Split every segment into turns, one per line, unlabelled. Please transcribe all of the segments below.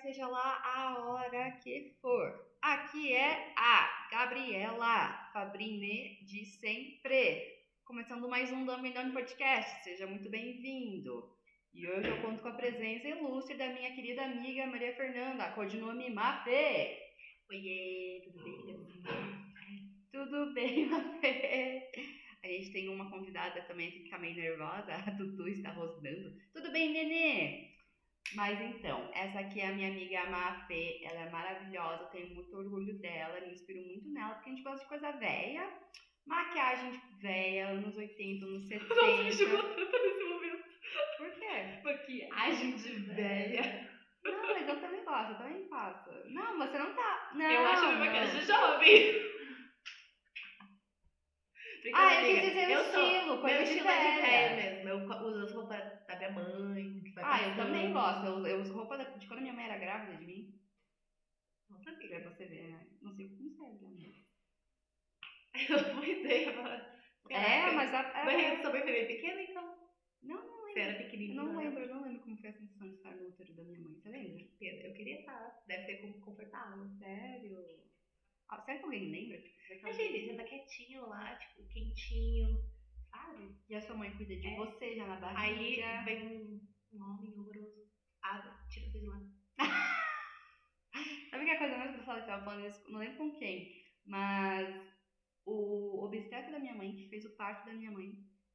seja lá a hora que for. Aqui é a Gabriela Fabrini de sempre. Começando mais um Dumbledore Podcast. Seja muito bem-vindo. E hoje eu conto com a presença ilustre da minha querida amiga Maria Fernanda, codinome Mafê.
Oiê, tudo bem, Gabriela?
Tudo bem, Mafê? A gente tem uma convidada também aqui que tá meio nervosa, a Dudu está rosnando. Tudo bem, nenê? Mas então, essa aqui é a minha amiga Mafê, ela é maravilhosa, eu tenho muito orgulho dela, me inspiro muito nela, porque a gente gosta de coisa velha, maquiagem velha, anos 80, anos 70.
Nossa, me chegou tanto nesse momento. Tipo
Por quê?
Maquiagem de velha.
Não, mas eu também gosto, eu também faço. Não, você não tá. Não,
Eu acho minha
não.
maquiagem de jovem.
Ah,
Brincadeira,
eu quis
amiga.
dizer o
eu sou-
estilo, coisa
Meu
de
estilo é de
velha.
velha mesmo. Eu uso as roupas da minha mãe. que vai
Ah, eu
passando.
também gosto. Eu, eu uso roupa da- de quando minha mãe era grávida de mim.
Não sabia.
Pra você ver, né? Não sei como consegue, né?
Eu não ideia, mas...
É, mas a.
Mas
É,
eu sou bem bebê pequena, então.
Não,
não lembro. Você era pequenininha.
eu não
né?
lembro, eu não lembro como foi a sensação de estar no útero da minha mãe, tá você lembra?
Pena, Eu queria estar. Deve ser como confortável.
Sério? Ah, será que alguém lembra? Tipo, será que alguém-
Imagina, você tá quietinho lá, tipo, quentinho, sabe?
E a sua mãe cuida de
É.
você já na
Aí
barriga.
vem um, um homem horroroso. Ah, tira você de lá.
Sabe que a coisa mais gostosa que é eu tava falando isso? Não lembro com quem, mas o obstetra da minha mãe, que fez o parto da minha mãe,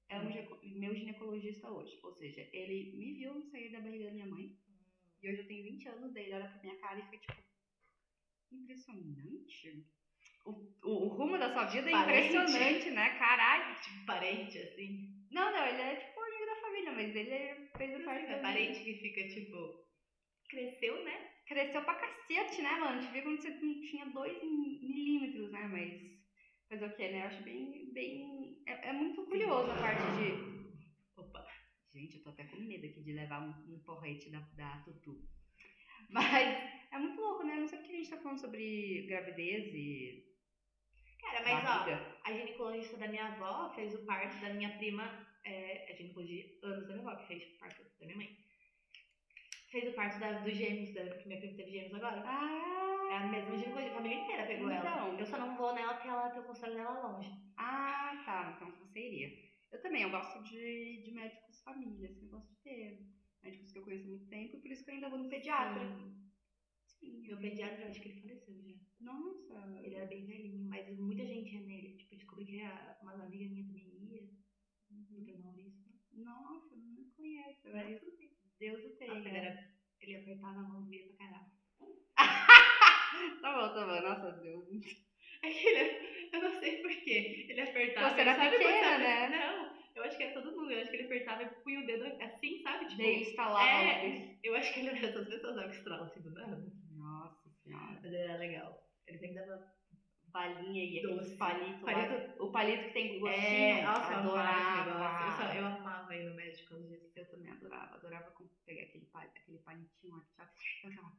é
Uhum.
um gineco- meu ginecologista hoje. Ou seja, ele me viu sair da barriga da minha mãe.
Uhum.
E hoje eu tenho 20 anos, daí ele olha pra minha cara e fica tipo. Impressionante. O, o- o rumo da sua vida é
Parente.
impressionante, né? Caralho.
Tipo, parente, assim.
Não, não, ele é tipo amigo da família, mas ele fez o parto da
É
minha
parente que fica tipo. Cresceu, né?
cresceu pra cacete, né, mano? Te vi quando você não tinha 2 milímetros, né? Mas fazer o quê, né? Eu acho bem. bem... É, é muito curioso a parte de.
Opa.
Gente, eu tô até com medo aqui de levar um, um porrete da, da Tutu. Mas é muito louco, né? Eu Não sei porque a gente tá falando sobre gravidez e.
Cara, mas
barriga.
ó, a ginecologista da minha avó fez o parto da minha prima, é, a ginecologia anos da minha avó, que fez o parto da minha mãe. Fez o parto da, dos gêmeos, da, porque minha prima teve gêmeos agora.
Ah!
É a mesma ginecologista, a família inteira pegou
Então.
ela. Eu só não vou nela porque ela tem o conselho dela longe.
Ah, tá. Então você iria. Eu também, eu gosto de, de médicos família, assim, eu gosto de ter médicos que eu conheço há muito tempo, por isso que eu ainda vou no pediatra.
Sim.
Sim,
Meu pediatra, eu acho que ele faleceu já.
Nossa,
Ele era bem velhinho, mas muita gente ia nele. Tipo, descobri que a, uma amiga minha também Uhum. ia. Do Maurício.
nossa, eu não conheço.
Mas
Mas
tudo bem.
Deus o
Nossa, ele,
tenha.
era, ele apertava a mão do meio pra caralho. Ah,
Tá bom, tá bom. Nossa, Deus.
É que ele, eu não sei porquê. Ele apertava.
Você era
sabe quando
pequena,
sabe-
né?
Não, eu acho que era todo mundo. Eu acho que ele apertava e punha o dedo assim, sabe? Tipo,
Dei né? instalar
é.
óculos.
eu acho que ele era dessas pessoas, sabe? Que estrala assim do nada.
Nossa senhora.
Mas ele era legal. Ele sempre dava.
Balinha e aqueles
Doce.
palitos.
Palito- É,
lá. O palito que tem gostinho.
nossa, eu amava esse negócio. Eu,
É, adorava.
só- eu amava ir no médico quando disse.
Eu também adorava. Adorava com- pegar aquele, pal- aquele palitinho lá que tinha. Eu ficava.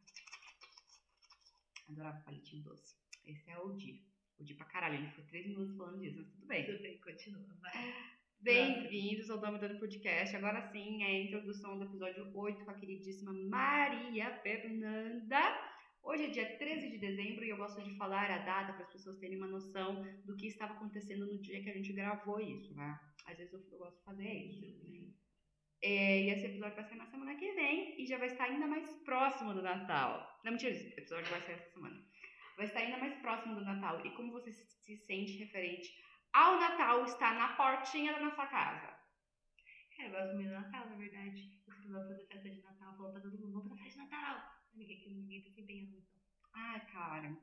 Adorava palitinho doce. Esse é o Di. O Di pra caralho. Ele ficou três minutos falando disso, mas tudo bem.
Tudo bem, continua. Vai.
Bem-vindos ao Dome Dando Podcast. Agora sim é a introdução do episódio 8 com a queridíssima Maria Fernanda. Hoje é dia 13 de dezembro e eu gosto de falar a data para as pessoas terem uma noção do que estava acontecendo no dia que a gente gravou isso, né? Às vezes eu, eu gosto de fazer isso. É, e esse episódio vai sair na semana que vem e já vai estar ainda mais próximo do Natal. Não, mentira, esse episódio vai sair essa semana. Vai estar ainda mais próximo do Natal. E como você se se sente referente ao Natal está na portinha da nossa casa.
É, eu gosto muito do Natal, na verdade. Eu fui lá fazer festa de Natal, falou pra todo mundo, vamos pra festa de Natal. Ninguém, que ninguém tá se empenhando muito.
Ai, cara.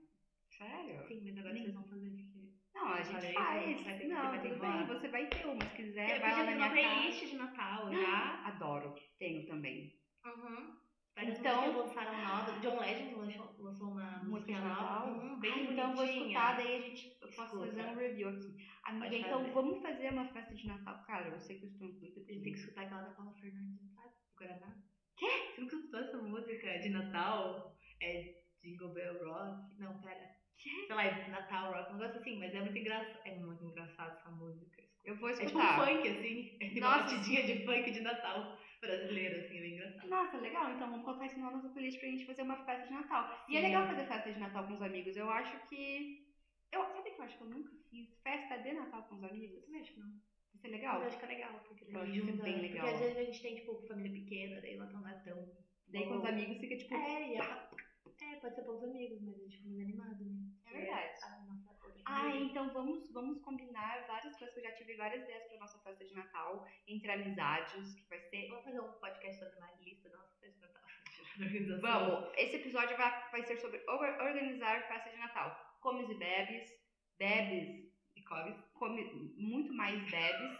Sério?
Sim, mas agora
Sim.
vocês vão fazer porque.
Não, a gente
Falei,
faz.
vai ter-
não,
vai ter
tudo
que
bem,
rolar.
você vai ter uma. Se quiser,
eu
É, vai lá
podia
na
fazer
minha
uma
casa. Ah,
playlist de Natal já.
Adoro. Tenho também.
Uhum. Várias
Então-
músicas lançaram novas. John Legend lançou, lançou uma
Música
música
de Natal.
nova. Uhum, bem
Ah, então eu vou
bonitinha.
escutar, daí a gente eu posso
Escuta.
fazer um review aqui. Amiga,
Pode
então
fazer.
vamos fazer uma festa de Natal. Cara, eu sei que eu estou muito
A gente tem que
triste.
escutar aquela da Paula Fernandes, sabe? Do Guaraná. Quê? Você nunca escutou essa música de Natal? É Jingle Bell Rock? Não, pera. Quê? Sei lá, é Natal Rock, um negócio assim, mas é muito engraçado. É muito engraçado essa música.
Eu vou
É tipo um
escutar.
funk, assim. É tipo uma
Nossa.
batidinha de funk de Natal brasileiro, assim, é bem engraçado.
Nossa, nossa, legal, então vamos colocar isso na nossa playlist pra gente fazer uma festa de Natal. E é
Sim.
legal fazer festa de Natal com os amigos. Eu acho que. Eu, sabe que eu acho que eu nunca fiz festa de Natal com os amigos?
Eu também acho que não.
Isso é
Mas
legal.
eu acho que é legal, porque
Eu
daí
acho que é
junta.
bem
Porque
legal.
às vezes a gente tem, tipo, família pequena, daí o Natal não é tão.
Daí com os
bom.
amigos fica tipo.
É, e a... é, pode ser para os amigos, mas a gente fica mais animado, né?
É verdade.
A nossa tá outra
Ah,
família.
então vamos, vamos combinar várias coisas que eu já tive várias ideias pra nossa festa de Natal, entre amizades, que vai ser.
Vamos fazer um podcast sobre uma lista da nossa festa de Natal. Organização.
Vamos! Esse episódio vai, vai ser sobre or- organizar festa de Natal. Comes e bebes, bebes e comes, come muito mais bebes.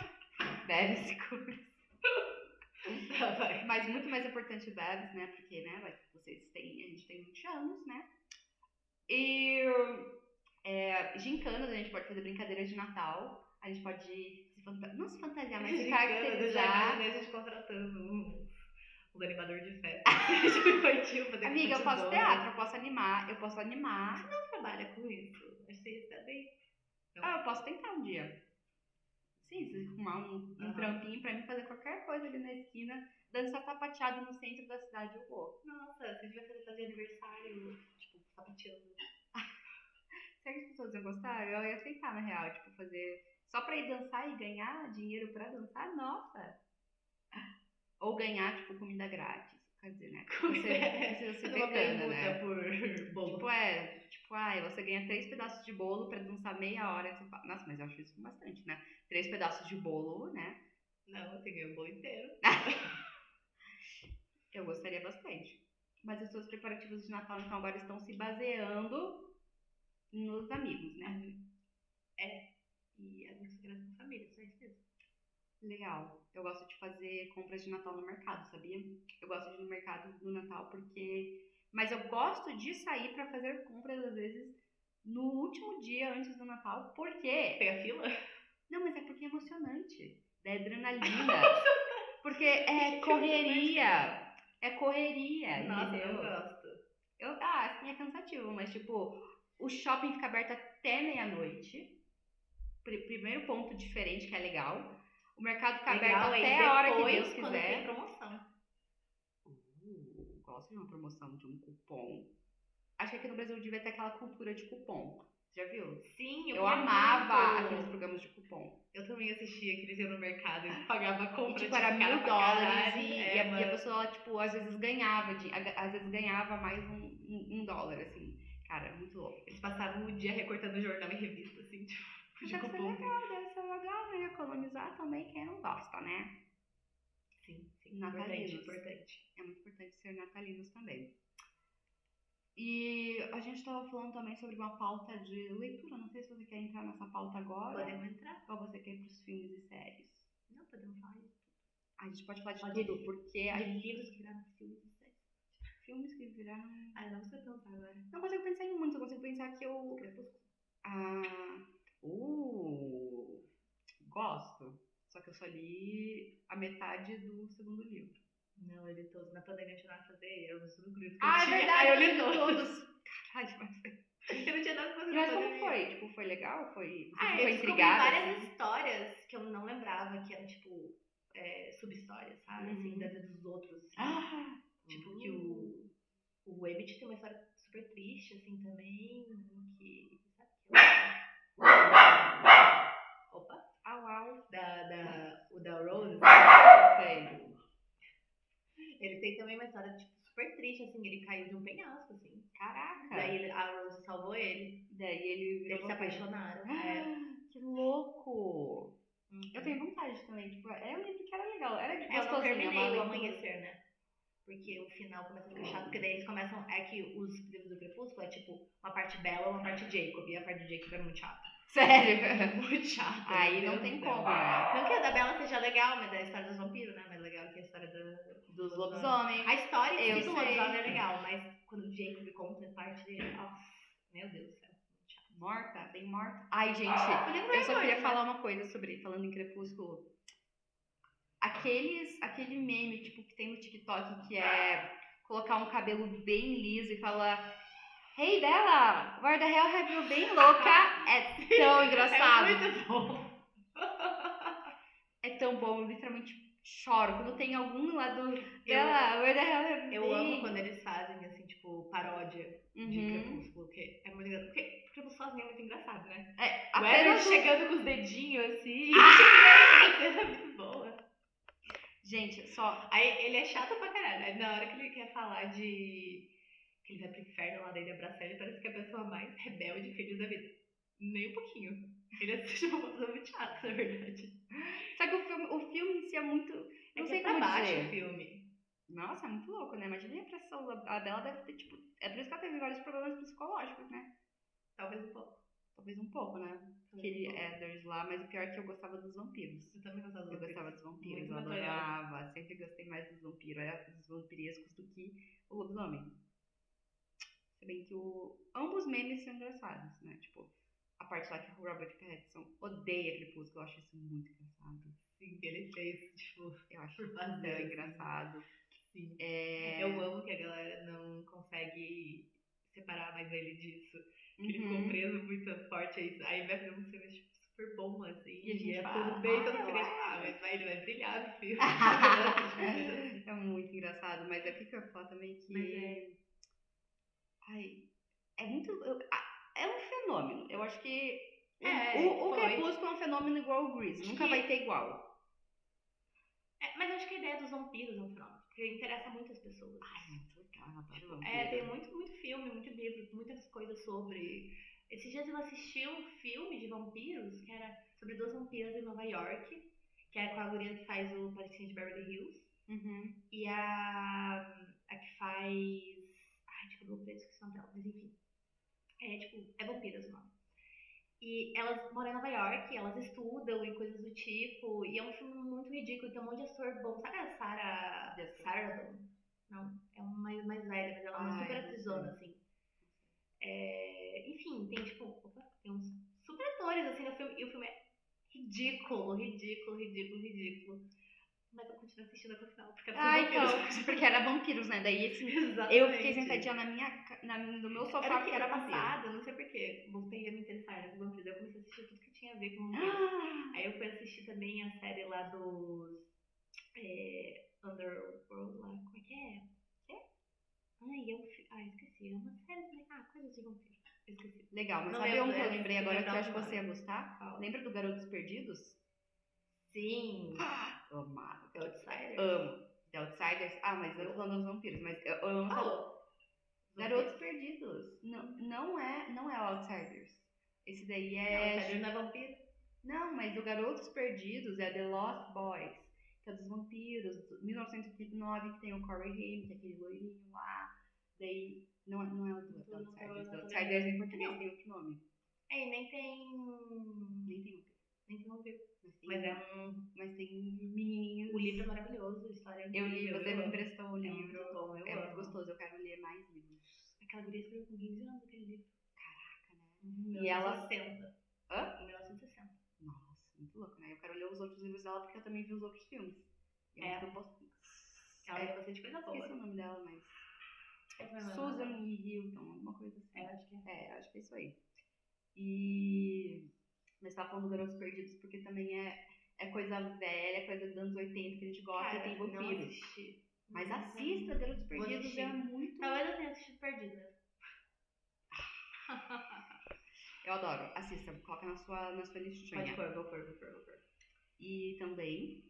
bebes e comes.
Tá, vai.
Mas muito mais importante bebes, né? Porque, né, vai- vocês têm. A gente tem muitos anos, né? E é, gincanas, a gente pode fazer brincadeiras de Natal. A gente pode se fanta não se fantasiar, mas se
Gincana, já
caracterizar.
imaginei né? a gente contratando um, um animador de festa. Tipo, infantil, fazer
Amiga, eu
futebol.
faço teatro, eu posso animar, eu posso animar.
Você trabalha com isso. Acho que você está bem.
Ah, eu posso tentar um dia. Sim, se arrumar um, um
Aham.
trampinho pra mim fazer qualquer coisa ali na esquina, dançar sapateado no centro da cidade, eu vou.
Nossa, você devia fazer festa de aniversário. Tipo, sapateando.
Será que as pessoas iam gostar? Eu ia aceitar, na real, tipo, fazer só pra ir dançar e ganhar dinheiro pra dançar, nossa! Ou ganhar, tipo, comida grátis. Quer dizer, né? Você precisa ser
Fazer uma
vegana, né?
permuta por bolo.
Tipo, é, tipo, ai, você ganha três pedaços de bolo pra dançar meia hora. e Você fala, Nossa, mas eu acho isso bastante, né? Três pedaços de bolo, né?
Não, você ganhou o bolo inteiro.
Eu gostaria bastante. Mas os seus preparativos de Natal, então, agora estão se baseando nos amigos, né?
E é a gente se com a família, só isso mesmo.
Legal. Eu gosto de fazer compras de Natal no mercado, sabia? Eu gosto de ir no mercado no Natal porque. Mas eu gosto de sair pra fazer compras, às vezes, no último dia antes do Natal, porque.
Pega a fila?
Não, mas é porque é emocionante. Da adrenalina. Porque é correria. É correria,
Nossa, eu
entendeu?
não gosto.
Eu, ah, assim, é cansativo, mas tipo, o shopping fica aberto até meia-noite. Pri- primeiro ponto diferente que é legal. O mercado fica
Legal,
aberto
aí
até a hora que
depois,
Deus
quando Tem
quiser.
promoção.
Uh, gosto de uma promoção de um cupom. Acho que aqui no Brasil devia ter aquela cultura de cupom. Já viu?
Sim,
Eu, amava
muito.
aqueles programas de cupom.
Eu também assistia que eles iam no mercado e pagava a
E,
compra
tipo, era
de cara
mil
pra
dólares
caralho.
e,
É,
e a, e a
mano.
pessoa, tipo, às vezes ganhava, de, a- às vezes ganhava mais um, um, um dólar, assim. Cara, é muito louco.
Eles passavam o dia recortando jornal e revista, assim, tipo,
Mas
de
deve ser
cupom.
legal, deve ser legal, né? Economizar também quem não gosta, né?
Sim, sim.
Natalinos.
Importante, importante.
É muito importante ser natalinos também. E a gente tava falando também sobre uma pauta de leitura. Não sei se você quer entrar nessa pauta agora
Podemos entrar?
ou você quer ir pros filmes e séries.
Não, podemos falar isso.
A gente pode falar de
Pode.
tudo, porque a
De
gente,
livros que viraram filmes e séries.
filmes que viraram.
Ah, eu não sei pensar agora.
Não consigo pensar em muitos, eu consigo pensar que eu.
Crepúsculo.
Ah, uh, gosto. Só que eu só li a metade do segundo livro.
Não, eu li todos. Na pandemia eu tinha nada a fazer, eu no grupo. que eu
Ah, é
tinha.
verdade,
Aí eu
você
li
leu
todos.
todos. Caralho, mas,
Eu não tinha nada pra fazer
mas
na
como
pandemia.
foi? Tipo, foi legal? Foi, você
Ah,
ficou
eu descobri
intrigada?
várias
assim?
histórias que eu não lembrava, que eram, tipo, é, sub-histórias, sabe? Assim,
Uhum.
da vida dos outros. assim.
Ah,
Tipo, que o, o Emmett tem uma história super triste, assim, também. Que. Sabe que é o- Opa!
Au, au.
Da, da, o da Rose. assim,
Sei.
Ele tem também uma história, tipo, super triste, assim. Ele caiu de um penhasco, assim.
Caraca.
Daí ele- a Rose salvou ele.
Daí ele virou
Eles se
vampiro.
apaixonaram. É.
Ah, que louco! Eu tenho né? vontade também. Tipo, é um livro que era legal. Era
É, Eu não
gostosinho.
terminei
amava-
o amanhecer, né? Porque o final começa a ficar chato, porque daí eles começam. É que os livros do Crepúsculo é tipo uma parte Bela uma parte Jacob. E a parte do Jacob é muito chata. É
Sério.
muito chata.
Aí
meu
não
Deus
tem
do céu.
como, né?
Não que a da Bela seja legal, mas é a história dos vampiros, né? Mais legal que a história da.
Dos lobisomens.
A história em
Eu
si do
sei.
lobisomem é legal, mas quando o Jacob conta a parte dele. Nossa, meu Deus do céu. muito chato.
Morta? Bem morta? Ai, gente,
Podia
eu só
ser
queria
morta,
falar uma coisa sobre, falando em Crepúsculo. Aqueles, aquele meme, tipo, que tem no TikTok, que é colocar um cabelo bem liso e falar Hey, Bella! Where the hell have you been, louca? É tão
É
engraçado.
muito bom.
É tão bom, literalmente choro. Quando tem algum lado dela, where the hell have you
Eu amo
been?
quando eles fazem, assim, tipo, paródia de
Uhum.
Crepúsculo, que é muito engraçado. Porque Crepúsculo sozinho é muito engraçado, né?
É,
O Edward
apenas Ah! o-
chegando com os dedinhos, assim. É muito boa.
Gente, só.
Aí ele é chato pra caralho. Aí na hora que ele quer falar de... Que ele vai pro inferno lá, daí ele abraça ele, parece que é a pessoa mais rebelde e feliz da vida. Nem um pouquinho. Ele é tipo, uma pessoa muito chata, na verdade.
Só que o filme, o filme em si é muito.
É
Não
que
sei
é pra
como
baixo
dizer.
o filme.
Nossa, é muito louco, né? Imagina a pressão. A a Bela deve ter, tipo. É por isso que ela teve vários problemas psicológicos, né?
Talvez um pouco.
Talvez um pouco, né?
um
Aquele Elders lá, mas o pior é que eu gostava dos vampiros.
Você também gostava
Eu
do
gostava dos vampiros,
Muito
eu
material.
adorava. Sempre gostei mais dos vampiros. Era dos vampirescos do que o lobisomem. Se bem que o... ambos memes são engraçados, né? Tipo, a parte lá que o Robert Pattinson odeia Crepúsculo, eu acho isso muito engraçado.
Sim, que ele fez, tipo,
Eu acho
por
tão
fazer. assim.
engraçado.
Sim.
É...
Eu amo que a galera não consegue separar mais ele disso. Que ele ficou
Uhum.
preso muito forte. Aí, aí vai fazer um filme tipo, super bom, assim.
E a gente
é
fala,
tudo bem, todo
"Ah,
mundo fica tipo,
uau."
ah, mas vai, ele vai brilhar no filme.
é muito engraçado, mas é o que que eu ia falar também que.
Mas é.
Ai, é muito. eu- ah, é um fenômeno. Eu acho que. o-
É,
o, o
foi.
Crepúsculo é um fenômeno igual o Grease.
Acho
Nunca
que-
vai ter igual.
É, mas eu acho que a ideia dos vampiros é um fenômeno. Porque interessa muitas pessoas.
Ai, muito legal, eu adoro
É,
vampiro.
tem muito, muito filme, muito livro, muitas coisas sobre. Esses dias eu assisti um filme de vampiros que era sobre duas vampiras em Nova York, que é com a guria que faz o Patricinha de Beverly Hills
Uhum.
e a, a que faz. Ai, de cabelo preto, esqueci o nome dela, mas enfim. É tipo, é vampiras o nome. E elas moram em Nova York, elas estudam e coisas do tipo, e é um filme muito ridículo, tem um monte de ator bom. Sabe a Sarah.
De ator.
Sarah Não, é uma mais, mais velha, mas ela é uma
Ai,
super
Ah, não sei.
atrizona, assim. É, enfim, tem tipo, opa, tem uns super atores assim no filme, e o filme é ridículo, ridículo, ridículo, ridículo. Mas eu continuo assistindo até o final, porque é
Ai,
vampiros.
então, porque era vampiros, né? Daí esse,
Exatamente.
eu fiquei sentadinha na minha, ca- na, no meu sofá
Era o que
que
era
vampiro.
passado, não sei porquê. Voltei a me interessar né, com vampiros. Eu comecei a assistir tudo que tinha a ver com vampiros.
Ah,
Aí eu fui assistir também a série lá dos. É, Underworld lá. Como é que é? É? Ai, eu. fi- Ai, esqueci. É uma série. também. Ah, coisas de vampiro. Eu esqueci.
legal, mas
Não
sabe
lembro,
um que
é,
eu lembrei agora que eu
lembrar
acho que
o
você ia gostar?
Qual?
Lembra do Garotos Perdidos?
Sim.
Amado.
The Outsider.
ah. Amo. The Outsiders. Ah, mas eu tô falando dos vampiros, mas eu, eu amo essa
Oh.
Garotos Perdidos. Não, não é, não é o Outsiders. Esse daí
Não,
é.
Outsider não é vampiro.
Não, mas o Garotos Perdidos é The Lost Boys, que é dos vampiros, do- 1939, que tem o Corey Haim, que é aquele loirinho lá. Daí, não, é- não é o do
Não, não,
Outsiders.
não,
O
não.
Outsiders em português tem outro nome.
É, e nem tem.
Nem tem outro.
Nem tem vampiro.
Mas
Mas
tem,
é um.
mas tem menininhos.
O livro é maravilhoso, a história é
Eu li,
incrível,
você
eu
me
amo.
emprestou o
É
livro.
muito bom, eu
É muito
amo.
gostoso, eu quero ler mais livros.
Aquela guria escreveu com 15 anos aquele livro. né? Uhum,
E ela-
1960.
Hã?
Em 1960.
Nossa, muito louco, né? Eu quero ler os outros livros dela porque eu também vi os outros filmes. E
É.
Eu não posso...
Ela
é,
leu bastante coisa
esqueci
boa.
o nome dela, mas...
Eu não lembro.
Susan e Hilton, alguma coisa assim.
É, acho que é.
É, acho que é isso aí. E. Mas tava falando do Garotos Perdidos porque também é, é coisa velha, coisa dos anos 80 que a gente gosta e tem
não
vampiros.
assisti.
Mas
Não,
assista, Garotos Perdidos
assistir.
é muito.
Talvez eu tenha assistido Perdida.
Eu adoro, assista, coloca na sua, na sua listinha.
Pode pôr, vou pôr, vou pôr, vou pôr.
E também.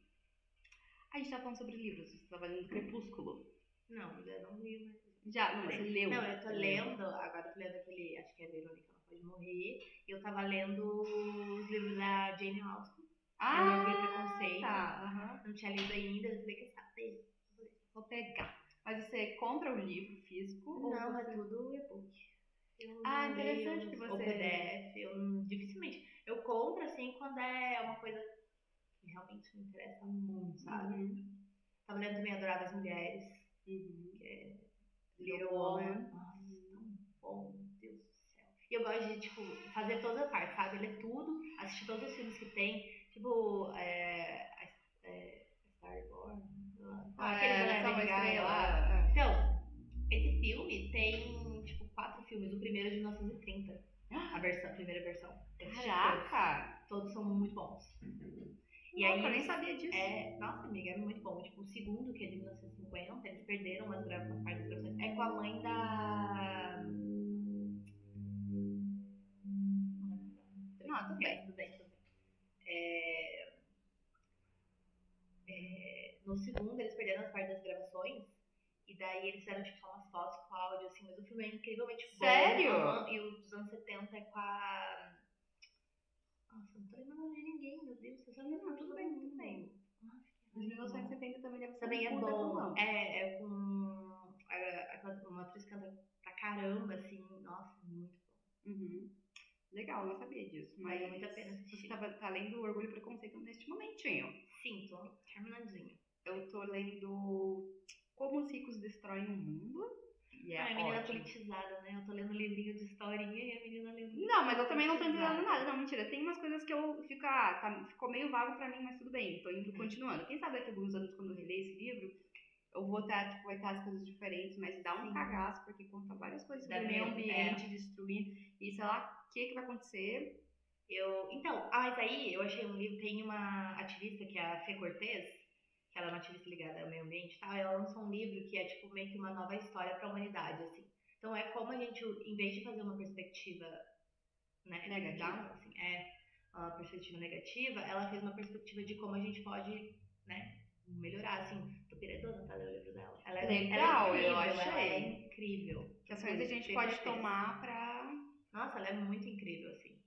A gente tá falando sobre livros, você tava lendo Crepúsculo.
Não, eu não li mais.
Já, não, você leu.
Não, eu tô
Você
lendo, agora eu tô lendo aquele, acho que é Verônica, ela pode morrer. E eu tava lendo os livros da Jane Austen. eu não li
Ah,
Preconceito.
tá. aham.
Não tinha lido ainda, eu falei que sabe.
Vou pegar. Mas você compra o livro físico? ou
Não,
você-
é tudo e-book. Eu
Ah,
não
interessante
leio
que
O
você-
PDF, eu não- dificilmente. Eu compro assim quando é uma coisa que realmente me interessa muito, sabe?
Uhum.
Tava lendo também Adoráveis Mulheres,
Uhum.
é
é
Little
Little
Woman.
Woman.
Nossa, é tão bom, meu Deus do céu. E eu gosto de, tipo, fazer toda a parte, sabe? Ler tudo, assistir todos os filmes que tem. Tipo, é. a- é Starborn. sei lá.
Ah,
Aquele
é,
da
só uma
Lady Gaga
estrela.
lá.
lá.
Então, esse filme tem, tipo, quatro filmes. O primeiro é de 1930. é tipo A, versão, a primeira versão. Eu assisti
Caraca!
Todos, todos são muito bons.
E aí, Uhum. eu nem sabia disso.
É, nossa, amiga, é muito bom. Tipo, o segundo, que é de 1950, eles perderam umas gra- uma parte das gravações. É com a mãe da.
Não, tudo bem.
tudo bem, tudo bem. É... é, No segundo, eles perderam as partes das gravações. E daí eles fizeram, tipo, só umas fotos com áudio, assim. Mas o filme é incrivelmente bom.
Sério?
Aham, E o dos anos 70 é com a... Nossa, não tô lembrando de ninguém, meu Deus. Eu só lembro
Não, tudo bem, tudo bem. Os 1970 também deve ser
também é
puta
bom.
filmão.
É, é com a- aquela- uma atriz que canta pra caramba, assim, nossa, muito bom.
Uhum. Legal, não sabia disso. Mas
Vale muito a pena assistir.
Você tava, tá lendo Orgulho e Preconceito neste momentinho.
Sim, tô terminandinho.
Eu tô lendo Como os Ricos Destroem o Mundo. E é
ah, a menina
ótimo.
politizada, né? Eu tô lendo um livrinho de historinha e a menina lendo.
Não, mas eu também não tô entendendo nada. Não, mentira. Tem umas coisas que eu fico, ah, tá- ficou meio vago pra mim, mas tudo bem. Tô indo continuando. Quem sabe daqui a alguns anos, quando eu reler esse livro, eu vou estar, tipo, vai estar as coisas diferentes, mas dá um
Sim.
cagaço, porque conta várias coisas
Dá
sobre meio
mesmo,
ambiente, destruir é. e sei lá o que, que vai acontecer.
Eu, então, ah, mas aí eu achei um livro, tem uma ativista que é a Fê Cortez, que ela é uma ativista ligada ao meio ambiente e tal, e ela lançou um livro que é tipo meio que uma nova história pra humanidade, assim. Então é como a gente, em vez de fazer uma perspectiva né,
Negativa.
down, assim, é uma perspectiva negativa, ela fez uma perspectiva de como a gente pode, né, melhorar, assim. Tô piradona, tá? Leu o livro dela. Ela é,
Legal,
ela é incrível,
eu
Ela é
achei.
incrível.
Que ações a gente
Fê
pode
Cortez.
tomar pra.
Nossa, ela é muito incrível, assim.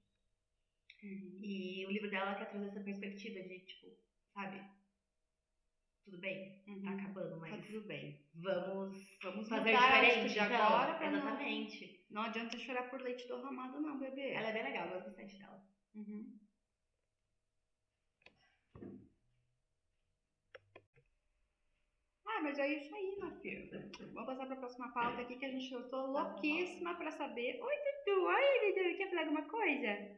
Uhum.
E o livro dela quer trazer essa perspectiva de, tipo, sabe? Tudo bem, tá
Uhum.
acabando,
Tá
mas
tudo bem.
vamos
Vamos
fazer
mudar
diferente
de
então.
agora pra não-
Exatamente.
Não adianta chorar por leite derramado, não, bebê.
Ela é bem legal, eu gosto bastante dela.
Uhum. Ah, mas é isso aí, minha filha. Vamos passar para a próxima pauta aqui que a gente eu tô louquíssima para saber. Oi, Dudu. Oi, Dudu. Quer falar alguma coisa?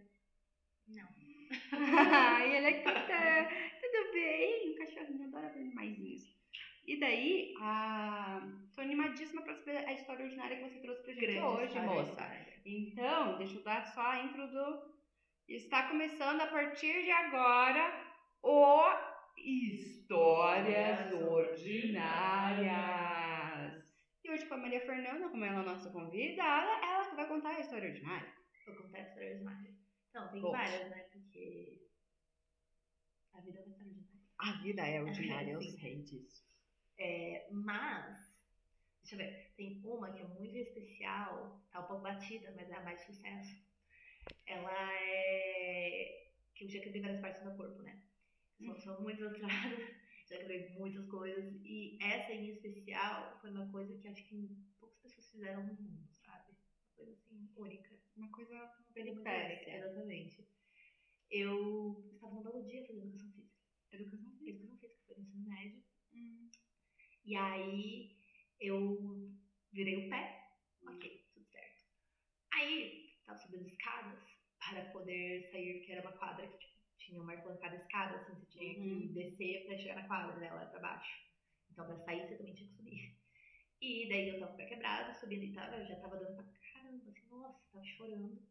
Não.
Ai, ela é canta. Tudo bem? O cachorrinho adora ver animaizinhos. E daí, ah, tô animadíssima para saber a história ordinária que você trouxe pra gente hoje,
história,
moça.
história.
Então, deixa eu dar só a intro do. Está começando a partir de agora o Histórias Ordinárias. E hoje com a Maria Fernanda, como ela é a nossa convidada, ela que vai contar a história ordinária.
Vou contar histórias mágicas. Não, tem
Conte.
várias, né? Porque a vida é uma história demais.
A vida é ordinária, eu
Sim.
sei disso.
É, mas, deixa eu ver, tem uma que é muito especial, é um pouco batida, mas é a mais sucesso. Ela é. que eu já quebrei várias partes do meu corpo, né? Eu Sou uma pessoa muito ilustrada, já quebrei muitas coisas, e essa em especial foi uma coisa que acho que poucas pessoas fizeram no mundo, sabe? Uma coisa assim, única.
Uma coisa.
Coisa muito
Peripécia.
única, Exatamente. Eu estava no belo dia fazendo educação
Educação
física.
física.
Educação física foi no ensino médio.
hum,
E aí eu virei o pé, ok, tudo certo. Aí tava subindo escadas para poder sair, porque era uma quadra que tipo, tinha uma arquibancada escada, assim, você tinha que
Uhum.
descer pra chegar na quadra, né, lá pra baixo. Então pra sair você também tinha que subir. E daí eu tava com o pé quebrado, subindo e tava, eu já tava dando pra caramba, assim, nossa, tava chorando.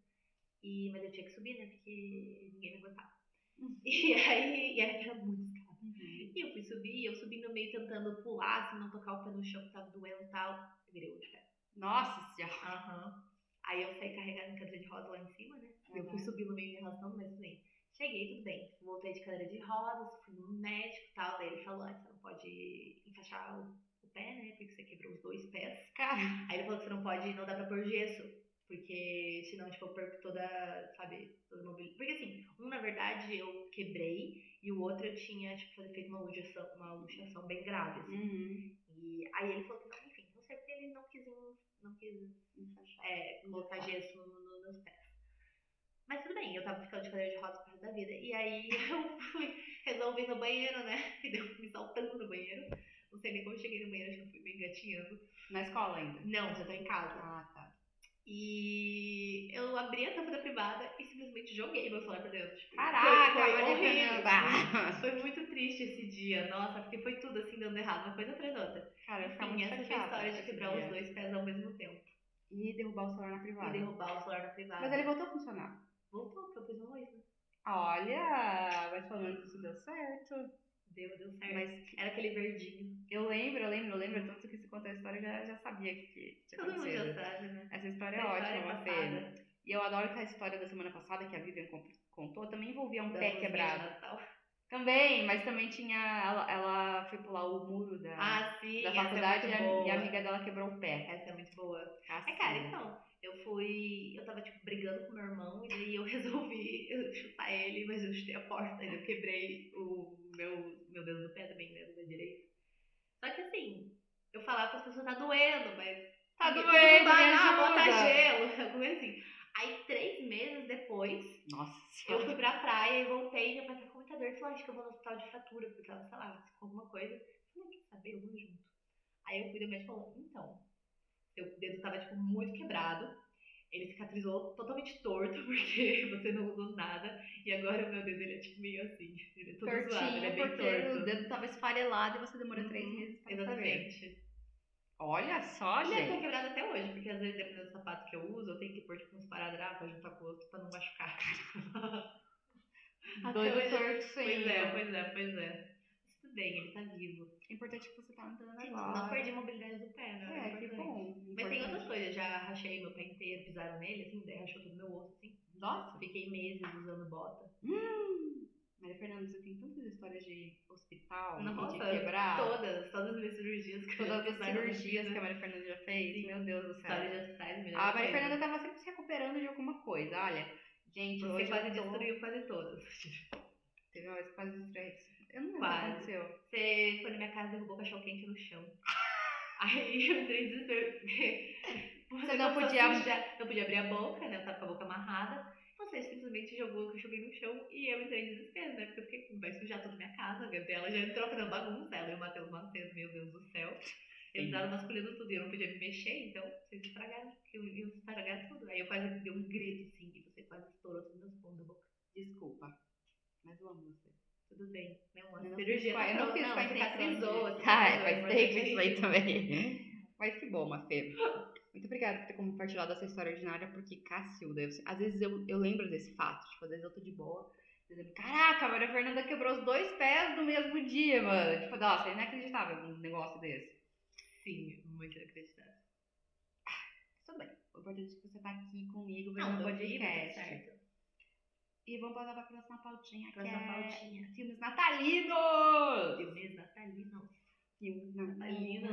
E, mas eu tinha que subir, né, porque ninguém me aguentava.
Uhum.
E aí, e era muito escada.
Uhum.
E eu fui subir, eu subi no meio tentando pular, assim, não tocar o pé no chão que tava doendo e tal. Eu virei o pé.
Nossa senhora.
Aham. Aí eu saí carregada em cadeira de roda lá em cima, né? Eu
Uhum.
fui subir no meio me arrastando, mas tudo bem. Cheguei, tudo bem. Voltei de cadeira de rodas, fui no médico e tal. Daí ele falou, ah, você não pode enfaixar o, o pé, né? Porque você quebrou os dois pés.
Cara,
Aí ele falou que você não pode, não dá pra pôr gesso. Porque senão, tipo, eu perco toda, sabe, todo o mobili- Porque assim, um na verdade eu quebrei e o outro eu tinha, tipo, feito uma luxação, uma luxação bem grave, assim.
uhum.
E aí ele falou que não, enfim, não sei porque ele não quis, en- não quis é, colocar gesso no- no- nos pés. Mas tudo bem, eu tava ficando de cadeira de rodas pro resto da vida. E aí eu fui, resolvi ir no banheiro, né? E deu me saltando no banheiro. Não sei nem como eu cheguei no banheiro, acho que eu fui me engatinhando.
na escola ainda.
Não, já tô em casa.
Ah, tá.
E eu abri a tampa da privada e simplesmente joguei meu celular pra dentro. Tipo,
Caraca,
foi, foi
Maria
horrível.
Fernanda.
Foi muito triste esse dia, nossa, porque foi tudo assim dando errado, uma coisa atrás da outra.
Cara, eu ficava
Enfim,
muito
essa foi a
chateada
história de
esse
quebrar
dia.
os dois pés ao mesmo tempo
E derrubar o celular na
e
privada.
derrubar o celular na privada.
Mas ele voltou a funcionar.
voltou, porque eu pus uma luz, né?
Olha, mas falando que isso deu certo.
Deu, deu certo.
Mas
Era aquele verdinho.
eu lembro, eu lembro, eu lembro. Tanto que se contou a história, eu já, já sabia que, que tinha
Todo mundo já
acontecido.
sabe, né?
Essa história é
Essa
ótima,
história é
Fê.
passada.
E eu adoro que a história da semana passada, que a Vivian con- contou, também envolvia um
Da
pé
música de
quebrado.
Natal.
Também, mas também tinha. Ela, ela foi pular o muro da,
Ah, sim.
da
essa é
faculdade
muito
e, a,
boa.
e a amiga dela quebrou o pé.
Essa é muito boa.
Assim.
É, cara, então, eu fui. Eu tava, tipo, brigando com meu irmão, e daí eu resolvi eu chutar ele, mas eu chutei a porta, ainda eu quebrei o meu, meu dedo do pé também, né? Do meu direito. Só que assim, eu falava as pessoas, tá doendo, mas.
Tá
sabe,
doendo,
tudo
me
bem, ah,
ajuda.
bota gelo, alguma coisa assim. Aí, três meses depois,
Nossa
eu
senhora.
fui pra praia e voltei, e meu pai tava com muita dor, e falou, acho que eu vou no hospital de fratura, porque eu tava, sei lá, com alguma coisa. Eu falei, quer saber, eu vou junto. Aí eu fui do médico e falou, então, seu dedo tava, tipo, muito quebrado, ele cicatrizou totalmente torto, porque você não usou nada, e agora o meu dedo, ele é, tipo, meio assim, ele é todo zoado, ele
Tortinho,
é bem
porque o
torto.
dedo tava esfarelado e você demorou
Uhum,
três meses pra saber.
Exatamente.
Olha só,
Olha, eu tô
gente.
quebrado até hoje, porque às vezes, dependendo do sapato que eu uso, eu tenho que pôr, tipo, uns esparadrapo pra juntar com o outro, pra não machucar.
Até
Doido
o torto
Pois
sim.
é, pois é, pois é. Mas Tudo bem, ele tá vivo.
É importante que você tá andando
Sim,
agora.
Tipo, não perdi a mobilidade do pé, né?
É, que
Importante.
bom.
Mas tem
Importante.
outras coisas, já rachei meu pé inteiro, pisaram nele, assim, daí rachou todo meu osso, assim.
Nossa.
Fiquei meses usando bota.
Hum. Maria Fernanda, você tem tantas histórias de hospital,
Nossa,
de quebrar.
Todas, todas as minhas cirurgias que eu
Todas
já
as
fiz na
cirurgias que né?
minha
a
vida.
Maria Fernanda já fez.
Sim.
Meu Deus do céu.
História de hospitais, melhor
A Maria
coisa.
Ah, Fernanda tava sempre se recuperando de alguma coisa. Olha, gente,
Você
hoje
quase
eu tô-
destruiu quase todas.
Teve uma vez que quase destruiu. Eu não lembro o que
Quase.
aconteceu.
Você foi na minha casa e derrubou o cachorro quente no chão. Aí eu entrei em desespero, porque
Você não
começou a
podia-
sujar- Não podia abrir a boca, né? Eu tava com a boca amarrada. Você simplesmente jogou o cachorro quente no chão e eu entrei em desespero, né? Porque eu fiquei, vai sujar toda a minha casa. A Gabriela já entrou fazendo bagunça. Ela e o Matheus batendo, meu Deus do céu. Eles
Sim.
estavam masculino tudo e eu não podia me mexer, então vocês estragaram, eu ia estragar tudo. Aí eu quase dei um grito, assim, e você quase estourou todos os meus pontos da boca.
Desculpa. Mas eu amo você.
Tudo bem. Não, a
Eu não
cirurgia tá
fiz com a- né? eu não fiz com a
cicatrizou.
intenção.
cicatrizou,
Tá,
mas
faz
eu
tempo
achei-
isso aí também. Mas que bom, Mafê. Muito obrigada por ter compartilhado essa história ordinária, porque Cacilda, eu- às vezes eu, eu lembro desse fato, tipo, às vezes eu tô de boa, dizendo, caraca, a Maria Fernanda quebrou os dois pés no mesmo dia, mano. Tipo, nossa, é inacreditável um negócio desse.
Sim, muito inacreditável.
Mas Tudo bem, o importante é que você tá aqui comigo, vendo o
meu livro tá
podcast.
certo.
E vamos passar pra próxima pautinha,
Próxima
que é
pautinha.
filmes natalinos!
Filmes natalinos.
Filmes
tá
natalinos,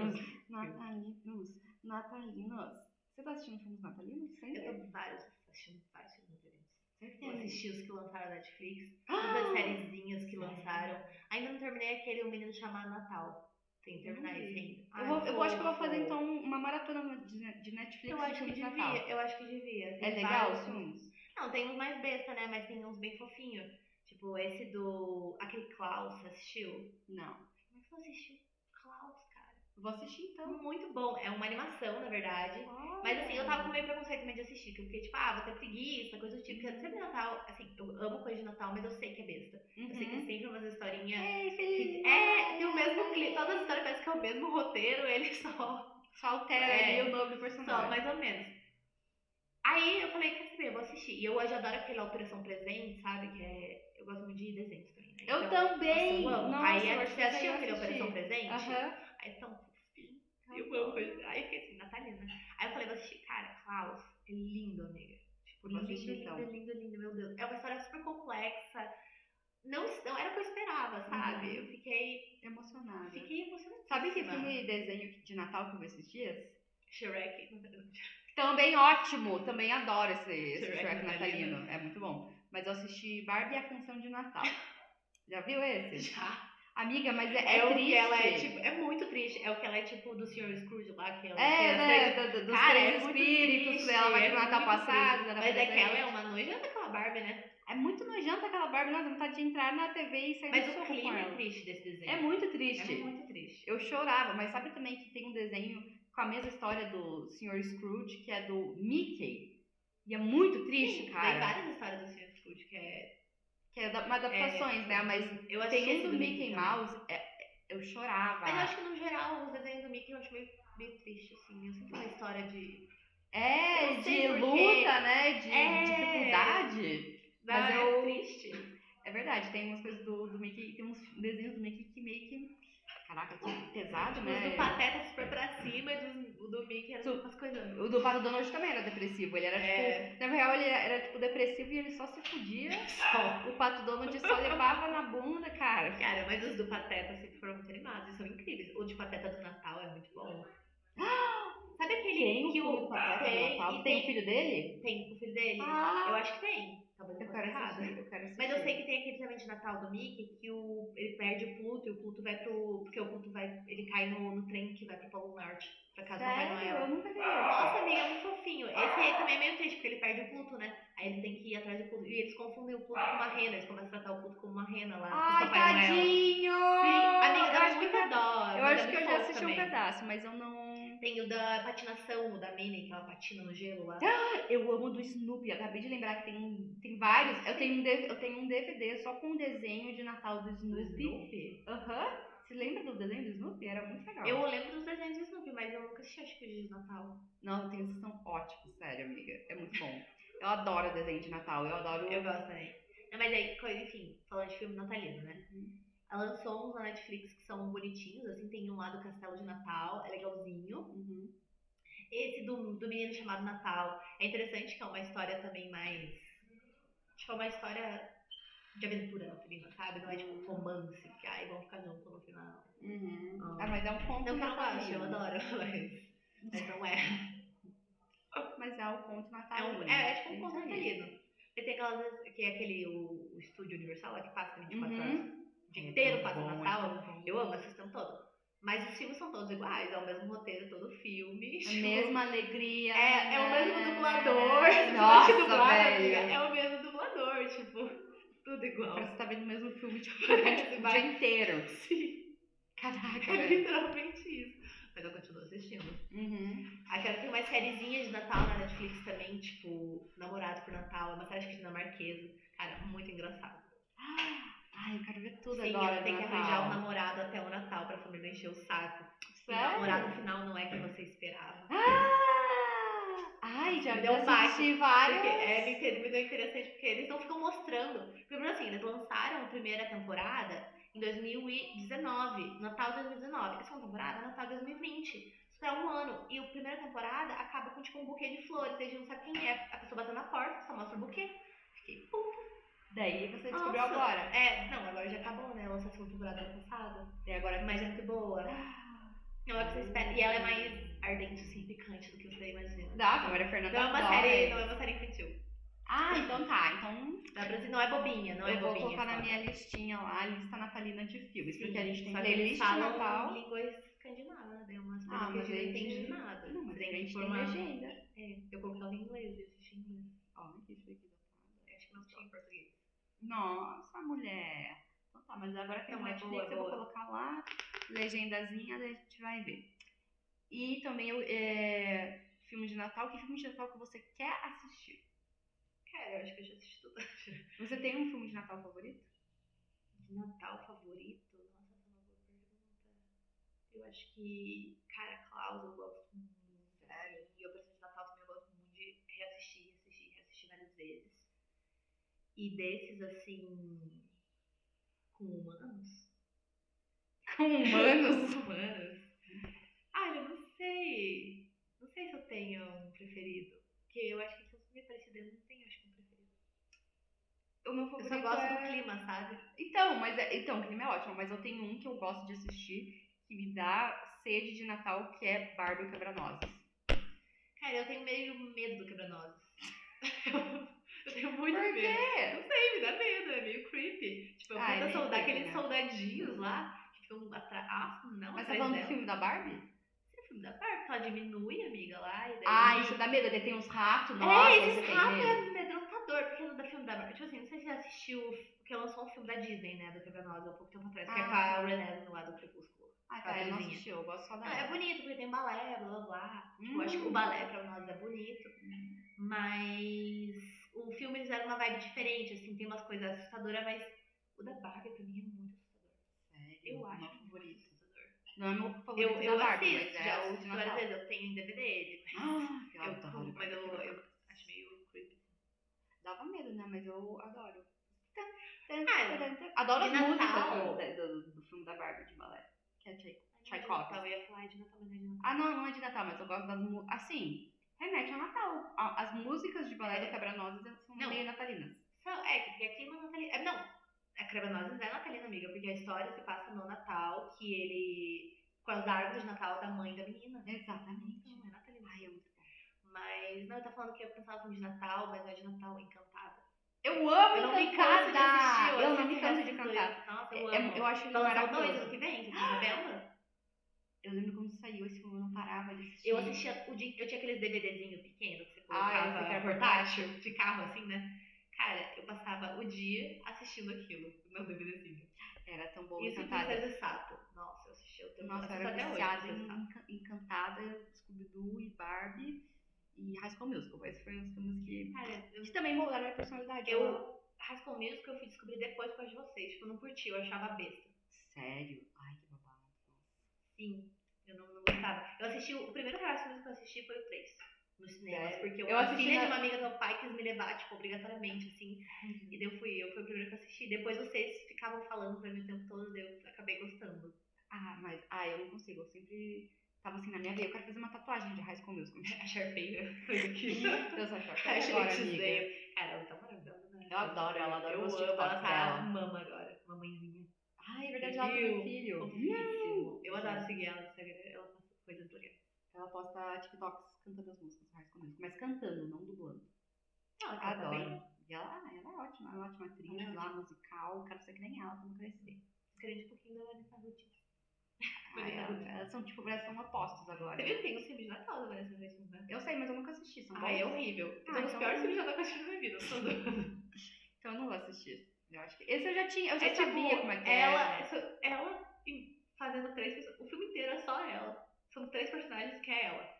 Natalinos.
natalinos, natalinos. Você tá assistindo filmes natalinos?
Eu
Sempre.
tô vários, assistindo vários filmes natalinos.
Sempre
Eu
tem.
assisti os que lançaram na Netflix, todas as
Ah!
sériezinhas que lançaram. Ainda não terminei aquele O Menino Chamado Natal. Tem que terminar
Eu não
esse
vi.
ainda.
Eu,
Ai,
vou, eu acho que eu vou
fofo.
fazer então uma maratona de de Netflix
Eu
de
acho que
filmes de
devia, eu acho que devia.
É
Tem
legal
vários
os filmes?
Não, tem uns mais besta, né? Mas tem uns bem fofinhos. Tipo, esse do. Aquele Klaus, você assistiu?
Não.
Como é que você assistiu? Klaus, cara.
Vou assistir
É
então.
muito bom. É uma animação, na verdade. Mas assim, eu tava com meio preconceito também de assistir, que eu fiquei tipo, ah, vou ter preguiça, coisa do tipo. Porque sempre Natal, assim, eu amo coisa de Natal, mas eu sei que é besta. Eu sei que é
Uhum.
sempre umas historinhas.
Ei,
que-
feliz.
É, tem o mesmo clipe, todas as histórias parecem que é o mesmo roteiro, ele só
Só altera
É.
ali o nome do
só,
personagem.
mais ou menos. Aí eu falei, quer saber, eu vou assistir. E eu hoje adoro aquele Operação Presente, sabe? Que é. Eu gosto muito de desenhos também. Né?
Eu
Então,
também!
nossa, eu amo.
Nossa,
aí é
eu acho
você
que eu
assistiu
já
aquele
assisti.
Operação Presente?
Aham.
Aí tão fofinho. Eu amo. coisa- Aí eu fiquei assim, Natalina. Aí eu falei, vou assistir. Cara, Klaus é lindo, amiga. Tipo,
Vou
lindo,
assistir,
lindo,
então.
lindo, lindo, meu Deus. É uma história super complexa. Não, não era o que eu esperava, sabe?
Uhum.
Eu fiquei,
Emocionada.
fiquei emocionada.
Sabe que filme e desenho de Natal que eu vi esses dias?
Shrek.
Também ótimo, também adoro esse, esse
Shrek
Shrek
natalino.
natalino, é muito bom. Mas eu assisti Barbie e a Canção de Natal. Já viu esse?
Já.
Amiga, mas é,
É,
é
o
triste.
que ela é, tipo, é muito triste. É o que ela é, tipo, do Sr. Scrooge lá, que ela que
É,
ela
né?
segue-
do- do- dos
Cara,
três
é muito
espíritos,
triste,
ela vai
é
pro Natal
muito
passado.
triste.
ela vai
Mas
pra
é que ela
frente.
é uma nojenta aquela Barbie, né?
É muito nojenta aquela Barbie, nossa, vontade de entrar na TV e sair do
Mas o
soco com
clima é
ela.
triste desse desenho.
É muito
É
triste.
muito triste.
Eu chorava, mas sabe também que tem um desenho com a mesma história do Sr. Scrooge, que é do Mickey. E é muito triste,
Sim,
cara.
Tem várias histórias do Sr. Scrooge que é...
Que é da- uma adaptações,
é,
né? Mas
eu assisti
tem
esse
um do Mickey
também.
Mouse, é- é- eu chorava.
Mas eu acho que, no geral, os desenhos do Mickey eu acho meio, meio triste, assim. Eu sinto uma história de...
É,
eu não sei
de
por quê.
luta, né? De
É.
dificuldade. Mas
é
eu-
triste.
É verdade, tem umas coisas do, do Mickey, tem uns desenhos do Mickey que meio que. Caraca, que pesado,
Os do
né?
Pateta super pra cima e dos, o do Mickey era
Su-
umas coisas.
O do Pato Donald também era depressivo. Ele era
É.
tipo. Na real, ele era, era, tipo depressivo e ele só se fudia. O Pato Donald só levava na bunda, cara.
Cara, mas os do Pateta sempre foram muito animados e são incríveis. O de Pateta do Natal é muito bom. Sabe aquele
Tem o
que
filho do Pateta
tem,
do Natal? Tem
e
o
tem,
filho dele?
tem o filho dele?
Ah!
Eu acho que tem. Talvez
Eu
eu esteja
quero
errada.
assistir, eu quero assistir.
Mas eu sei que tem aquele também de Natal do Mickey que o, ele perde o Pluto e o Pluto vai pro. Porque o Pluto vai. Ele cai no, no trem que vai pro Polo Norte, pra casa do Papai
Sério,
Noel.
eu nunca vi isso.
Nossa, amiga, é muito fofinho. Esse aí também é meio triste, porque ele perde o Pluto, né? Aí ele tem que ir atrás do Pluto. E eles confundem o Pluto com uma rena. Eles começam a tratar o Pluto como uma rena lá.
Ai,
do Papai Noel.
tadinho!
Sim, amiga,
eu
dá
acho que tá
muita dó.
eu,
mas é
acho que eu
muito
já
fofo
assisti um
também.
pedaço, mas eu não.
Tem o da patinação, o da Minnie, que ela patina no gelo
Ah,
lá.
Eu amo do Snoopy. eu Acabei de lembrar que tem, um- tem vários. Eu tenho, um, D- eu tenho um DVD só com um desenho de Natal do
Do
Snoopy.
Snoopy.
Aham. Você lembra do desenho do Snoopy? Era muito legal.
Eu lembro dos desenhos do Snoopy, mas eu nunca assisti, acho que de Natal.
Não, tem eles são ótimos, sério, amiga. É muito bom. Eu adoro desenho de Natal. Eu adoro.
Eu gosto também. Não, mas aí, co- enfim, falando de filme natalino, né?
Hum.
Ela lançou uns na Netflix que são bonitinhos, assim, tem um lá do Castelo de Natal, é legalzinho.
Uhum.
Esse do, do menino chamado Natal. É interessante que é uma história também mais. Tipo, é uma história de aventura natalina, sabe? Não é tipo romance, que ai, vão ficar juntos no final.
Uhum.
Não,
Ah, mas é um conto
não que eu não gosto, eu
natalino.
adoro, mas. Mas não é.
Mas é um conto
É,
natalino.
um, é, é tipo um
Isso
conto
aí.
natalino. E tem aquelas. que é aquele. o, o estúdio universal lá que passa 24
Uhum.
horas. O dia
É
inteiro passa o Natal. Eu amo, assistam todos. Mas os filmes são todos iguais, é o mesmo roteiro, todo filme.
A
tipo,
mesma É alegria. né,
É, é o mesmo dublador.
Ah. Nossa,
que dublado, amiga,
velho.
É o mesmo dublador, tipo, tudo igual.
Parece que tá vendo o mesmo filme tipo,
Parece,
o
vai.
dia inteiro.
Sim,
Caraca,
é
velho.
literalmente isso. Mas eu continuo assistindo.
Uhum.
Aquela tem umas sériezinhas de Natal na Netflix também, tipo, Namorado por Natal, é uma série acho que dinamarquesa. Cara, muito engraçado.
Ai, eu quero ver tudo
Sim,
agora.
ela tem
do
que
Natal.
arranjar um namorado até o Natal pra família encher o saco. E o
Sério?
namorado final não é que você esperava.
Ah! Ai, já
Me deu um
já assisti vários.
Porque é me inter- me deu interessante, porque eles não ficam mostrando. Primeiro assim, eles lançaram a primeira temporada em 2019, Natal de 2019. A segunda temporada, é Natal de 2020. Isso é um ano. E a primeira temporada acaba com tipo um buquê de flores. Aí A gente não sabe quem é. A pessoa bateu na porta, só mostra o buquê. Fiquei, pum.
Daí você descobriu
Nossa.
agora.
É, não, agora já acabou, né? Lançou a segunda temporada ano passado.
E agora
Mas é muito boa. Não é o que você espera. E ela é mais ardente, assim, picante do que você imagina.
Nossa, Maria Fernanda.
Não é uma
adora.
série, não é uma série infantil.
Ah, então tá. Então
Dá pra dizer, não é bobinha, não é
eu vou
bobinha.
colocar na
sabe?
minha listinha lá, a lista natalina de filmes. Porque a gente tem
Uhum. Só que eles
playlist de
falam
Natal.
língua escandinava, né? Umas
Ah,
coisas
mas
que a gente
aí
não entende
de-
nada.
Não, mas é a
que
gente tem
formar-
legenda.
É, eu colocava em inglês, eu assisti em inglês.
Ó, que isso aqui.
Eu Acho que não tinha em português.
Nossa, mulher. Então tá, mas agora tem
Não,
uma
é
Netflix,
boa,
eu vou
boa.
colocar lá, legendazinha, daí a gente vai ver. E também eu, é, filme de Natal, que filme de Natal que você quer assistir?
Cara, eu acho que eu já assisti tudo.
Você tem um filme de Natal favorito?
De Natal favorito? Nossa, essa é uma boa pergunta. Eu acho que, cara, Klaus, eu gosto muito, sério. E eu preciso de Natal também, eu gosto muito de reassistir, reassistir, reassistir várias vezes. E desses, assim, com humanos.
Com humanos?
humanos? Ah, eu não sei. Não sei se eu tenho um preferido. Porque eu acho que se eu me parecido, eu não tenho acho que um preferido.
o meu
Eu
favorito
só gosto
é...
do clima, sabe?
Então, mas é, então, o clima é ótimo, mas eu tenho um que eu gosto de assistir, que me dá sede de Natal, que é Barbie Quebra-Nozes.
Cara, eu tenho meio medo do quebra-nozes. eu tenho muito
Por
medo.
quê?
Não sei, me dá medo, é meio creepy. Tipo, eu
Ah, é
ah,
meio
soldar
creepy,
aqueles
né?
soldadinhos lá que ficam atrás. Ah, não,
Mas tá
atrás
falando do
dela.
filme da Barbie?
Esse é o filme da Barbie, que ela diminui, amiga, lá. E daí
Ah, isso dá medo, daí tem uns ratos, nossa,
é,
aí você
esse
tem
rato
medo.
é amedrontador, porque no da filme da Barbie. Tipo assim, não sei se você assistiu, porque lançou um filme da Disney, né? Do Quebra-Nós, há pouco tempo atrás, que é
Ah,
com a Renée lá do Crepúsculo.
Ah, tá, eu não
Padrezinha.
assisti, eu gosto só da
Não, é
Eva.
bonito, porque tem balé, blá blá blá.
Hum.
Eu acho que o balé pra nós é bonito. Mas o filme eles fizeram uma vibe diferente, assim, tem umas coisas assustadoras, mas o da Barbie pra mim é muito assustador.
Sério,
É, Eu acho
é meu
muito
favorito.
assustador.
Não é meu favorito
Eu,
da
eu
Barbie,
assisto,
mas
já
é o de
assisto várias
Natal.
vezes, eu tenho um em DVD ele.
Ah, eu
Eu,
adoro.
mas eu,
Barbie.
eu acho meio creepy.
Dava medo, né? Não, mas eu adoro.
Ah,
Adoro
de
as
Natal.
músicas do, do, do filme da Barbie de balé. Que é Tchaikovsky. Tchaikovsky.
Eu ia falar de Natal, mas não é de Natal.
Ah, não, não é de Natal, mas eu gosto das músicas. Assim, remete ao Natal. A- As músicas de balé da Quebra-Nozes são
Não.
meio natalinas.
São- é, que tem aqui uma natalina. é, Não, a Crebanoses é natalina, amiga, porque a história se passa no Natal, que ele. com as árvores de Natal da mãe da menina.
Exatamente.
Então, é natalina.
Ai, é muito bom.
Mas, não, ele tá falando que eu pensava filme de Natal, mas não é de Natal, encantada.
Eu amo
Eu não me canso de
Encantada!
assistir,
Eu não
assisto
me canso de
resto dos
cantar.
dois. Nossa,
É-
eu
é-
amo.
Eu acho ele
Lançam dois ano
maravilhoso.
que vem, você tá sabendo?
Eu lembro quando saiu esse filme, eu não parava de assistir.
Eu assistia o dia. Eu tinha aqueles DVDzinhos pequenos que você
Ah,
colocava
esse que era
portátil de carro, assim, né? Cara, eu passava o dia assistindo aquilo, meu DVDzinho.
Era tão bom
Isso
encantada.
Princesa e Sapo. Nossa, eu assisti o tempo
Nossa, eu
assisto
era assim.
até hoje,
viciada
Princesa
em
e Sapo.
Enca- Encantada, Scooby-Doo e Barbie e High School Musical. Esses foram os filmes que,
Cara, eu,
que também moldaram minha personalidade.
eu High School Musical eu fui descobrir depois por causa de vocês. Tipo, eu não curti, eu achava besta.
Sério? Ai, que babado.
Sim, eu não, não gostava. Eu assisti, o o primeiro High School Musical que eu assisti foi o 3. Nos cinemas,
Sério?
porque eu,
Eu
a
assisti
filha
na-
de uma amiga do meu pai quis me levar, tipo, obrigatoriamente, assim. E daí eu fui, eu fui o primeiro que eu assisti. Depois vocês ficavam falando pra mim o tempo todo, daí eu acabei gostando.
Ah, mas ah, eu não consigo. Eu sempre tava assim na minha veia. Eu quero fazer uma tatuagem de High School Musical.
A Sharpeira foi aqui.
Eu sou chata
A
né? agora,
gente
amiga.
veio. Cara, ela tá maravilhosa, né?
Eu adoro ela, adoro
Eu
meus
amo, ela
TikToks
tá
dela.
mama agora, mamãezinha.
Ai, é verdade, ela tem
Viu?
um filho.
Fofíssimo. Eu
Sim.
adoro seguir ela no Instagram, ela faz coisas legais.
Ela posta TikToks cantando as músicas do High School Musical. Mas cantando, não dublando.
Não, ela canta bem.
Adoro. E ela, ah, ela é ótima, ela é ótima atriz,
Ela é
lá musical, quero ser que nem ela quando crescer.
Diferente um pouquinho da Vanessa Hudgens.
Ah,
Vanessa
ela-
Hudgens.
elas são tipo, parece que são opostos agora.
Você viu que tem os filmes de Natal da Vanessa Hudgens, né?
Eu sei, mas eu nunca assisti, são bons.
Ah, é horrível.
Ah,
São os
então-
piores filmes de Natal que eu assisti na minha vida. tô zoando.
Então eu não vou assistir. Eu acho que. Esse eu já tinha, eu já
É tipo,
sabia como é que
ela,
era.
essa- ela e- fazendo três pessoas. O filme inteiro é só ela. São três personagens que é ela.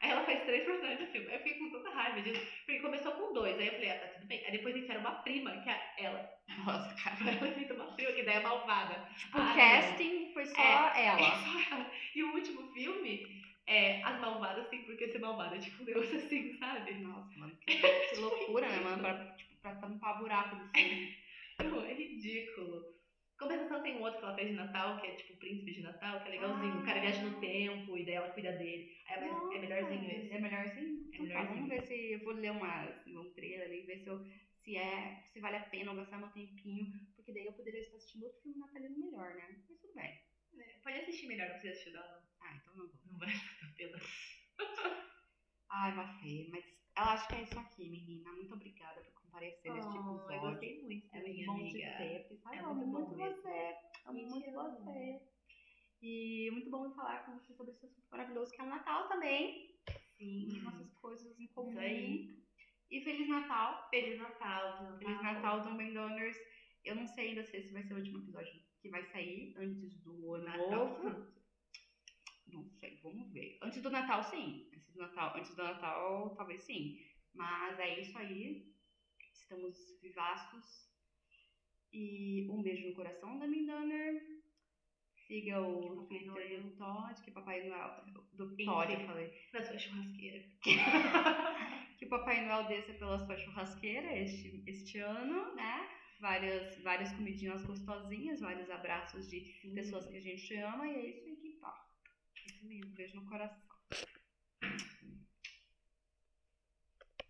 Ela faz três personagens no filme. Aí eu fiquei com tanta raiva disso. Porque começou com dois. Aí eu falei, ah, tá tudo bem. Aí depois enfiaram uma prima, que é ela.
Nossa, cara.
Ela inventa uma prima, que daí é malvada.
Tipo,
Ah,
o casting foi só
É. É
ela.
só ela. E o último filme é As Malvadas Tem Por Que Ser Malvada. Tipo, um negócio assim, sabe?
é, Nossa, mano, que, que loucura, né, mano? Pra, tipo, pra tampar buraco do filme.
Não, é ridículo. Em Compensação tem um outro que ela fez de Natal, que é tipo Príncipe de Natal, que é legalzinho. O cara viaja no tempo e daí ela cuida dele. Aí é, mais- é melhorzinho esse.
É melhor assim?
É
Então tá,
melhorzinho.
Vamos ver se eu vou ler uma, um trailer e ver se, eu, se é, se vale a pena eu gastar meu tempinho. Porque daí eu poderia estar assistindo outro filme natalino melhor, né? Mas tudo bem.
É, Pode assistir melhor, não precisa assistir dela.
Ah, então não vou.
Não vai tanto a pena.
Ai, Mafê, mas eu acho que é isso aqui, menina. Muito obrigada por comparecer neste
Oh, eu
episódio.
gostei muito
É
também,
muito bom te
amiga.
ter, porque sabe,
É
eu amo
muito bom
muito
mesmo.
você. Amo
Gente,
muito
eu amo.
você. E muito bom falar com você sobre esse assunto maravilhoso que é o Natal também.
Sim.
E nossas coisas em comum.
Isso aí.
E Feliz Natal.
Feliz Natal.
Feliz
Ah.
Natal também, Donors. Eu não sei ainda se esse vai ser o último episódio que vai sair antes do ano novo.
Natal.
Não sei, vamos ver. Antes do Natal, sim. Antes do Natal, antes do Natal talvez sim. Mas é isso aí. Estamos vivaços. E um beijo no coração, Lemon Dunner. Siga o
Que Papai
Twitter do Todd, que Papai Noel. Do
Enfim.
Todd, eu falei.
Na sua churrasqueira.
Que o Papai Noel desça pela sua churrasqueira este, este ano, né? Várias, várias comidinhas gostosinhas, vários abraços de pessoas que a gente ama. E é isso aí que importa.
Isso mesmo.
Um beijo no coração.